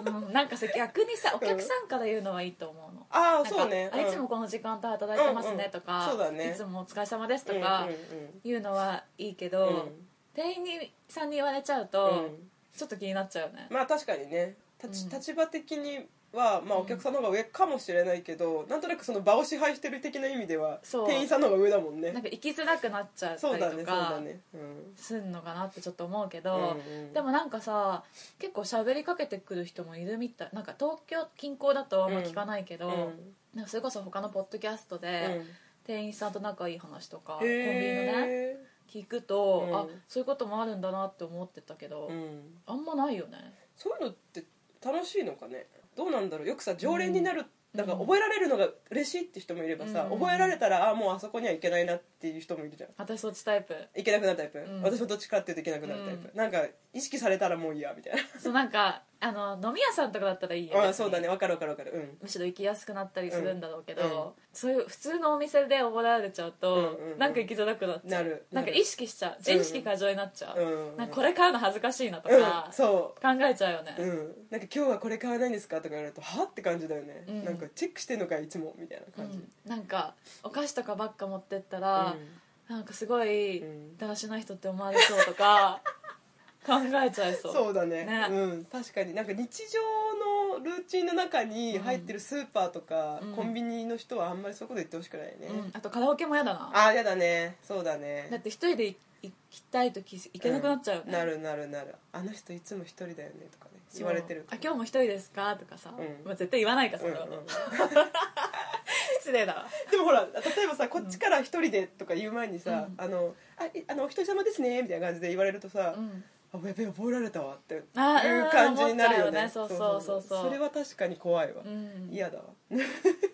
Speaker 1: うん、なんかさ逆にさお客さんから言うのはいいと思うの
Speaker 2: あ
Speaker 1: なん
Speaker 2: あ
Speaker 1: か
Speaker 2: そうね
Speaker 1: あいつもこの時間帯働いてますねとか、
Speaker 2: うんうんそうだね
Speaker 1: いつもお疲れ様ですと
Speaker 2: うん
Speaker 1: か
Speaker 2: うんうん
Speaker 1: 言うのはいいけ
Speaker 2: う
Speaker 1: ど、
Speaker 2: ん
Speaker 1: 店員にさんに言われちゃうと、
Speaker 2: うん
Speaker 1: ちょっと気になっちゃうね、
Speaker 2: まあ確かにね立
Speaker 1: うん
Speaker 2: ち立場的には、まあ、お客さんの方が上かもしれないけど、なんとなくその場を支配してる的な意味では
Speaker 1: そう
Speaker 2: 店員さんの方が上だもん
Speaker 1: なん
Speaker 2: ね
Speaker 1: か行きづらくなっちゃった
Speaker 2: そう
Speaker 1: りと
Speaker 2: だねそう
Speaker 1: か
Speaker 2: だねうん
Speaker 1: すんのかなってちょっと思うけど、
Speaker 2: うんうん
Speaker 1: でもなんかさ結構喋りかけてくる人もいるみたいなんか東京近郊だとあんま聞かないけど、
Speaker 2: うん
Speaker 1: なんかそれこそ他のポッドキャスト
Speaker 2: う
Speaker 1: で
Speaker 2: ん
Speaker 1: 店員さんと仲いい話とか、コンビニのね
Speaker 2: へ
Speaker 1: 聞くと、
Speaker 2: うん
Speaker 1: あそういうこともあるんだなって思ってたけど、
Speaker 2: ーうん
Speaker 1: あんまないよね
Speaker 2: そういうのって楽しいのかねどうなんだろうよくさ常連になる、
Speaker 1: ん
Speaker 2: だから覚えられるのが嬉しいって人もいればさ、
Speaker 1: うん
Speaker 2: 覚えられたらああもうあそこには行けないなっていう人もいるじゃん
Speaker 1: 私そっちタ イプ
Speaker 2: 行けなくなるタイプ、
Speaker 1: ん
Speaker 2: 私もどっちかっていうと行けなくなるタイプ、なんか意識されたらもういいやみたい
Speaker 1: そうなんかあの飲み屋さんとかだったらいいよ
Speaker 2: な あ
Speaker 1: 別
Speaker 2: あ
Speaker 1: に
Speaker 2: そうだねわかるわかるわかるうん
Speaker 1: むしろ行きやすくなったりするんだろうけど、
Speaker 2: うんうん
Speaker 1: そういう普通のお店で覚えられちゃうと、
Speaker 2: うんうんうん
Speaker 1: なんか行きづらくなっちゃう
Speaker 2: なる
Speaker 1: んか意識しちゃう自意識過剰になっちゃう、
Speaker 2: うん
Speaker 1: なんかこれ買うの恥ずかしいなと
Speaker 2: う
Speaker 1: か
Speaker 2: ん、そ
Speaker 1: 考えちゃうよね、
Speaker 2: ううんなんか今日はこれ買わないんですかとか言われるとはって感じだよね、
Speaker 1: うん
Speaker 2: なんかチェックしてんのかいつもみたいな
Speaker 1: う
Speaker 2: 感じ、
Speaker 1: んなんかお菓子とかばっか持ってったら、なんかすごい
Speaker 2: うん
Speaker 1: だらしない人って思われそうと か考えちゃいそう
Speaker 2: そうだね
Speaker 1: ね
Speaker 2: うん、確かになんか日常のルーチンの中に入ってるスーパーとか、
Speaker 1: うん
Speaker 2: コンビニの人はあんまりそういうこと言ってほしくないね、
Speaker 1: うん、あとカラオケも嫌だな
Speaker 2: ああやだねそうだ
Speaker 1: だっ
Speaker 2: ね
Speaker 1: て一人で行きたい時行けなくなっちゃうよね、
Speaker 2: んなるなるなるあの人いつも一人だよねとかね
Speaker 1: そう
Speaker 2: 言われてる
Speaker 1: あ今日も一人ですかとかさ、
Speaker 2: うん
Speaker 1: まあ、絶対言わないかそ
Speaker 2: うん
Speaker 1: れ
Speaker 2: うん
Speaker 1: は、失礼だわ
Speaker 2: でもほら例えばさこっちから一人でとか言う前にさ
Speaker 1: う
Speaker 2: 「あのあいあのお一人様ですね」みたいな感じで言われるとさ
Speaker 1: うん
Speaker 2: 「あやべえ覚えられたわ」っていう
Speaker 1: あーうん
Speaker 2: 感じになるよ
Speaker 1: 思
Speaker 2: ね
Speaker 1: っちゃうよねそうそうそうそう
Speaker 2: それは確かに怖いわ
Speaker 1: うん
Speaker 2: 嫌だわ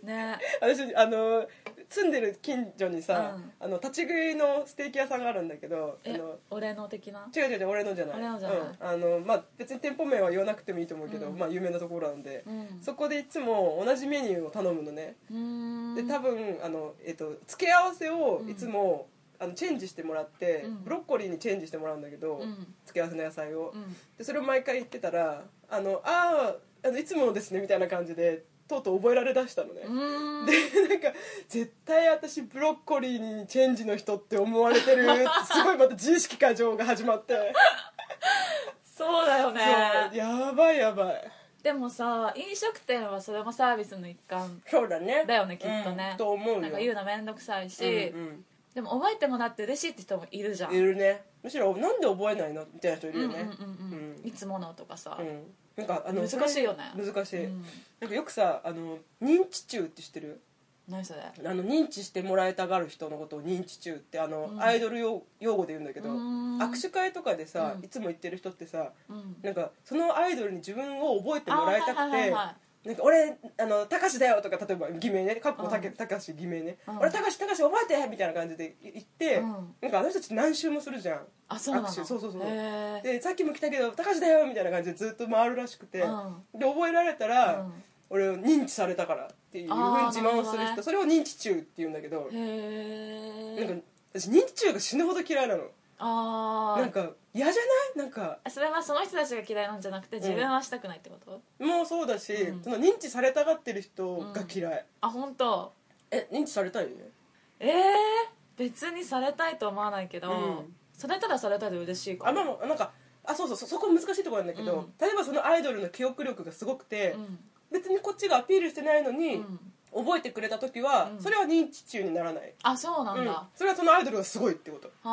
Speaker 1: ね
Speaker 2: 私あの住んでる近所にさ
Speaker 1: うん
Speaker 2: あの立ち食いのステーキ屋さんがあるんだけどあ
Speaker 1: え
Speaker 2: の
Speaker 1: 俺の的な
Speaker 2: 違う違う違う俺のじゃない
Speaker 1: 俺のじゃない
Speaker 2: うんあのまあ、別に店舗名は言わなくてもいいと思うけど、
Speaker 1: うん
Speaker 2: まあ、有名なところなんで、
Speaker 1: うん
Speaker 2: そこでいつも同じメニューを頼むのね、
Speaker 1: うーん
Speaker 2: で多分あの、えっと付け合わせをいつも、あのチェンジしてもらって、
Speaker 1: うん
Speaker 2: ブロッコリーにチェンジしてもらうんだけど、
Speaker 1: うん
Speaker 2: 付け合わせの野菜 を、
Speaker 1: うん
Speaker 2: でそれを毎回言ってたら「あのあーあのいつものですね」みたいな感じでとうとう覚えられだしたのね、
Speaker 1: うーん
Speaker 2: で なんか絶対私ブロッコリーにチェンジの人って思わ れてるってすごいまた自意識過剰が始まって
Speaker 1: そうだよ
Speaker 2: そう
Speaker 1: ね
Speaker 2: やばいやばい
Speaker 1: でもさ飲食店はそれもサービスの一環
Speaker 2: そうだね
Speaker 1: だよねきっとね、
Speaker 2: うんと思うよ
Speaker 1: なんか言うのめんどくさいし、
Speaker 2: うん
Speaker 1: でも覚えてもらって嬉しいって人もいるじゃ
Speaker 2: うんんいるねむしろなんで覚えないのみたいな人いるよね
Speaker 1: うんうんうんうん
Speaker 2: うん
Speaker 1: いつものとかさ、
Speaker 2: うんなんかあの
Speaker 1: 難しいよね
Speaker 2: それ難しい、
Speaker 1: うん
Speaker 2: なんかよくさあの認知中って知ってる
Speaker 1: 何それ
Speaker 2: あの認知してもらいたがる人のことを認知中ってあの、
Speaker 1: うん
Speaker 2: アイドル用用語で言うんだけど
Speaker 1: うん
Speaker 2: 握手会とかでさ、
Speaker 1: うん
Speaker 2: いつも言ってる人ってさ
Speaker 1: うん
Speaker 2: なんかそのアイドルに自分を覚えてもらいた
Speaker 1: あー
Speaker 2: く
Speaker 1: はいはいは
Speaker 2: て
Speaker 1: いはい
Speaker 2: なんか俺あのたかしだよとか例えば偽名ねかっこたけ
Speaker 1: うん
Speaker 2: たかし偽名ね
Speaker 1: うん
Speaker 2: 俺たかしたかし覚えてみたいな感じで言って、
Speaker 1: うん
Speaker 2: なんかあの人たち何周もするじゃん
Speaker 1: あそうなの
Speaker 2: 握手そうそうそう
Speaker 1: へー
Speaker 2: でさっきも来たけどたかしだよみたいな感じでずっと回るらしくて、
Speaker 1: うん
Speaker 2: で覚えられたら、
Speaker 1: うん
Speaker 2: 俺を認知されたからっていうふうに自慢を
Speaker 1: あー
Speaker 2: する
Speaker 1: なるほ
Speaker 2: 人
Speaker 1: どね
Speaker 2: それを認知中って言うんだけど
Speaker 1: へえ
Speaker 2: なんか私日中が死ぬほど嫌いなの
Speaker 1: あ
Speaker 2: なん
Speaker 1: あ
Speaker 2: か嫌じゃないなんか
Speaker 1: それはその人たちが嫌いなんじゃなくて自分はしたくないってこと、
Speaker 2: もうそうだし、
Speaker 1: うん
Speaker 2: その認知されたがってる人が嫌い、
Speaker 1: あ本当。
Speaker 2: え認知されたいよね
Speaker 1: ええ別にされたいと思わないけど、
Speaker 2: うん
Speaker 1: されたらされたで嬉しいかも
Speaker 2: あまあまあなんかあそうそうそそこ難しいところなんだけど、
Speaker 1: うん
Speaker 2: 例えばそのアイドルの記憶力がすごくて、
Speaker 1: うん
Speaker 2: 別にこっちがアピールしてないの
Speaker 1: う
Speaker 2: に、
Speaker 1: ん、
Speaker 2: 覚えてくれた時は、
Speaker 1: うん
Speaker 2: それは認知中にならない、
Speaker 1: あそうなんだ、
Speaker 2: うん
Speaker 1: あ
Speaker 2: それはそのアイドルがすごいってことあ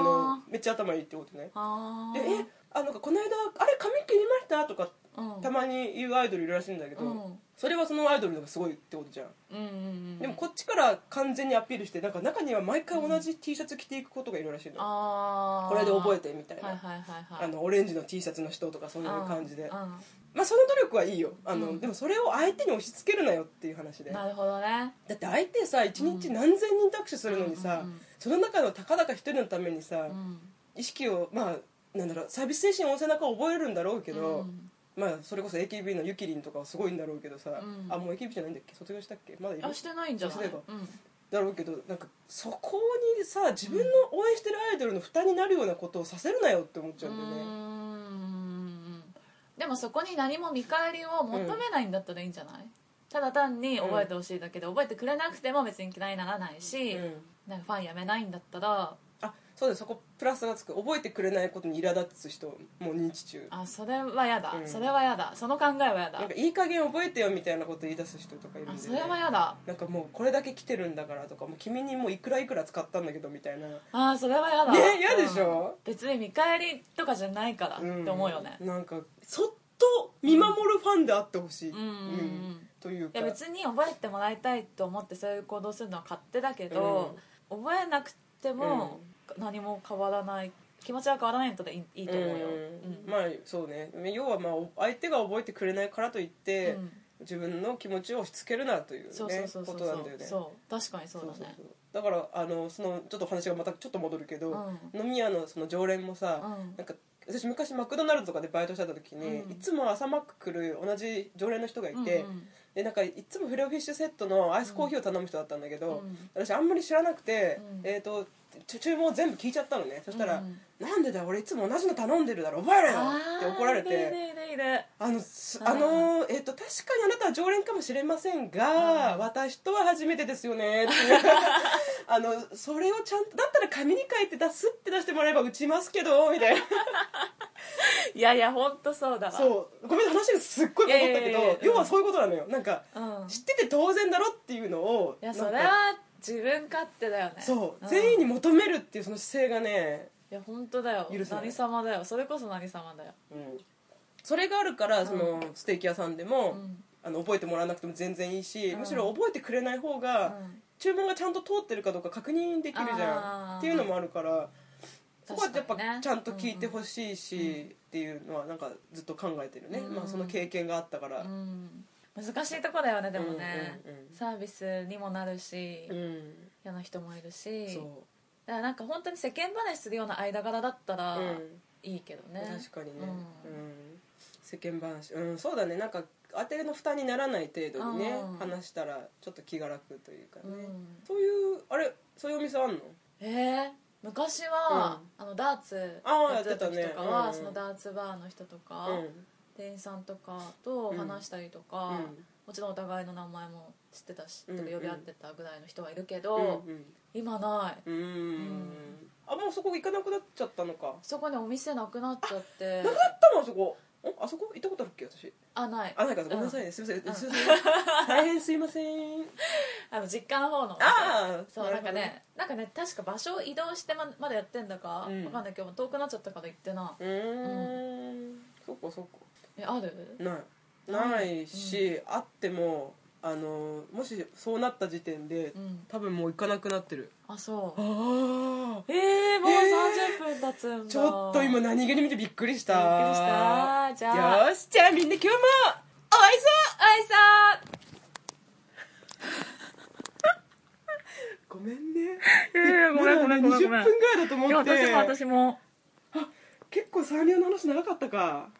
Speaker 2: の
Speaker 1: あ
Speaker 2: めっちゃ頭いいってことね
Speaker 1: あ
Speaker 2: でえあなんかこの間あれ髪切りましたとか
Speaker 1: うん
Speaker 2: たまに言うアイドルいるらしいんだけど、
Speaker 1: うん
Speaker 2: それはそのアイドルのがすごいってことじゃん、
Speaker 1: うんうんうん
Speaker 2: でもこっちから完全にアピールしてなんか中には毎回同じ T シャツ着ていくことがいるらしいの、
Speaker 1: あ
Speaker 2: これで覚え
Speaker 1: て
Speaker 2: てみたいな、
Speaker 1: はいはいはいはい
Speaker 2: あのオレンジの T シャツの人とかそういう
Speaker 1: うん
Speaker 2: 感じで、
Speaker 1: う
Speaker 2: まあその努力はいいよあの、
Speaker 1: うん
Speaker 2: でもそれを相手に押し付けるなよっていう話で
Speaker 1: んなるほどね
Speaker 2: だって相手さ一日何千人タクシーするのに
Speaker 1: うん
Speaker 2: さ、
Speaker 1: うんうん
Speaker 2: その中のたかだか一人のためにさ、
Speaker 1: うん
Speaker 2: 意識をまあなんだろうサービス精神を背中を覚えるんだろうけど、
Speaker 1: うん
Speaker 2: まあそれこそ AKB のゆきりんとかはすごいんだろうけどさ、
Speaker 1: うん
Speaker 2: あもう AKB じゃないんだっけ卒業したっけまだいる
Speaker 1: あしてないんじゃない
Speaker 2: そういえば
Speaker 1: うん
Speaker 2: だろうけどなんかそこにさ自分の応援してるアイドルの負担になるようなことをさせるなよって思っちゃうんだよね、
Speaker 1: うーんでもそこに何も見返りを求めないんだったらいいんじゃない、ただ単に覚えてほしいだけで、覚えてくれなくても別に嫌いにならないし、
Speaker 2: うん
Speaker 1: なんかファンやめないんだったら
Speaker 2: あそうだよそこプラスがつく覚えてくれないことに苛立つ人もう認知中
Speaker 1: あそれはやだ、
Speaker 2: うん
Speaker 1: それはやだその考えはやだ
Speaker 2: なんかいい加減覚えてよみたいなこと言い出す人とかいるん
Speaker 1: あ
Speaker 2: で、
Speaker 1: そ
Speaker 2: ね
Speaker 1: れ、はやだ
Speaker 2: なんかもうこれだけ来てるんだからとかもう君にもういくらいくら使ったんだけどみたいな
Speaker 1: あそれはやだ
Speaker 2: ね嫌でしょ
Speaker 1: うん別に見返りとかじゃないからって
Speaker 2: うん
Speaker 1: 思うよね、
Speaker 2: なんかそっと見守るファンであってほしい、
Speaker 1: うんうんうん
Speaker 2: うんという
Speaker 1: い
Speaker 2: か
Speaker 1: や別に覚えてもらいたいと思ってそういう行動するのは勝手だけど、覚えなくても何も変わらない気持ちは変わらないのでいいいいと思うよ、
Speaker 2: うん
Speaker 1: うん
Speaker 2: まあそうね要はまあ相手が覚えてくれないからといって、
Speaker 1: うん
Speaker 2: 自分の気持ちを押し付けるなという,、ね、
Speaker 1: そうそうそうそ
Speaker 2: こ
Speaker 1: う
Speaker 2: となんだよね
Speaker 1: そう確かにそうだね
Speaker 2: そうそうそうだからあのそのちょっと話がまたちょっと戻るけど、
Speaker 1: う
Speaker 2: 飲み屋のその常連もさ、
Speaker 1: うん
Speaker 2: なんか私昔マクドナルドとかでバイトしてた時に、
Speaker 1: うん
Speaker 2: いつも朝マック来る同じ常連の人がいて、
Speaker 1: うんうん
Speaker 2: でなんかいつもフレオフィッシュセットのアイスコーヒーを頼む人だったんだけど、
Speaker 1: うん
Speaker 2: 私あんまり知らなくて、
Speaker 1: うん
Speaker 2: えっ、とちゅ注文を全部聞いちゃったのねそしたら、
Speaker 1: うん
Speaker 2: なんでだよ俺いつも同じの頼んでるだろ覚えろよって怒られ
Speaker 1: あーい
Speaker 2: て
Speaker 1: るいるいるいる
Speaker 2: あのす
Speaker 1: あー
Speaker 2: あのえっ、と確かにあなたは常連かもしれませんが、
Speaker 1: うん
Speaker 2: 私とは初めてですよねって いうあのそれをちゃんとだったら紙に書いて出すって出してもらえば打ちますけどみたい な
Speaker 1: いやいや本当そうだわ
Speaker 2: そうごめん話がすっごい戻った
Speaker 1: いやいや
Speaker 2: け
Speaker 1: い
Speaker 2: ど
Speaker 1: やいやうん
Speaker 2: 要はそういうことなのよなんか
Speaker 1: うん、
Speaker 2: 知ってて当然だろっていうのを
Speaker 1: いや
Speaker 2: なん
Speaker 1: そ
Speaker 2: か
Speaker 1: れは自分勝手だよね
Speaker 2: そう、
Speaker 1: ん
Speaker 2: 全員
Speaker 1: い
Speaker 2: に求めるっていうその姿勢がね、
Speaker 1: や本当だよ
Speaker 2: 許せない
Speaker 1: 何様だよそれこそ何様だよ
Speaker 2: うんそれがあるからその、ステーキ屋さんでも、
Speaker 1: うん
Speaker 2: あの覚えてもらわなくても全然いいし、
Speaker 1: うん
Speaker 2: むしろ覚えてくれない方が、
Speaker 1: うん
Speaker 2: 注文がちゃんと通ってるかどうか確認できるじゃ
Speaker 1: あー
Speaker 2: んっていうのもあるからそこはやっ
Speaker 1: 確かに
Speaker 2: ぱ
Speaker 1: ね
Speaker 2: ちゃんと聞いてほしいし、
Speaker 1: うんうん
Speaker 2: っていうのはなんかずっと考えてるね、
Speaker 1: うん
Speaker 2: まあ、その経験があったから、
Speaker 1: うん難しいとこだよねでもね、
Speaker 2: うんうんうん
Speaker 1: サービスにもなるし、
Speaker 2: うん
Speaker 1: 嫌な人もいるしだ
Speaker 2: そ
Speaker 1: からなんか本当に世間話するような間柄だったら
Speaker 2: う、うん
Speaker 1: いいけどね、
Speaker 2: 確かにね、う
Speaker 1: うんん
Speaker 2: 世間話うんそうだねなんか当ての負担にならない程度にね
Speaker 1: うん
Speaker 2: 話したらちょっと気が楽というかね、
Speaker 1: うん
Speaker 2: そういうあれそういうお店あんの
Speaker 1: えー昔は、あのダーツ
Speaker 2: あー
Speaker 1: やってた時
Speaker 2: や
Speaker 1: と
Speaker 2: ってた
Speaker 1: か
Speaker 2: ね
Speaker 1: は、
Speaker 2: うん
Speaker 1: そのダーツバーの人とか、
Speaker 2: うん
Speaker 1: 店員さんとかと話したりとか、
Speaker 2: うん
Speaker 1: もちろんお互いの名前も知ってたし、
Speaker 2: うんうん
Speaker 1: 呼び合ってたぐらいの人はいるけど、
Speaker 2: うん
Speaker 1: 今ない
Speaker 2: うんうんあもうそこ行かなくなっちゃったのか
Speaker 1: そこにお店なくなっちゃって
Speaker 2: なかったのあそこんあそこ行ったことあるっけ私
Speaker 1: あない
Speaker 2: あなんかごめんなさいねすいませんすいません大変すいません
Speaker 1: あの実家の方のお店
Speaker 2: ああ
Speaker 1: そうなんかねなんかね確か場所を移動してままだやってんだか、
Speaker 2: うん
Speaker 1: わかんないけど遠くなっちゃったから行ってな
Speaker 2: うーんそっかそっか
Speaker 1: えある
Speaker 2: ないないし、あってもあのもしそうなった時点で、
Speaker 1: うん
Speaker 2: 多分もう行かなくなってる
Speaker 1: あそう
Speaker 2: あ
Speaker 1: えー、もう
Speaker 2: え
Speaker 1: 30分経つんだ
Speaker 2: ちょっと今何気に見てびっくりした
Speaker 1: びっくりしたじゃあ
Speaker 2: よしじゃあみんな今日もお会いそう
Speaker 1: あいさ
Speaker 2: ごめんね
Speaker 1: ーいやいやごめんごめんごめんごめん
Speaker 2: まだ20分ぐらいだと思って
Speaker 1: も私も
Speaker 2: 結構サンリオの話長かったか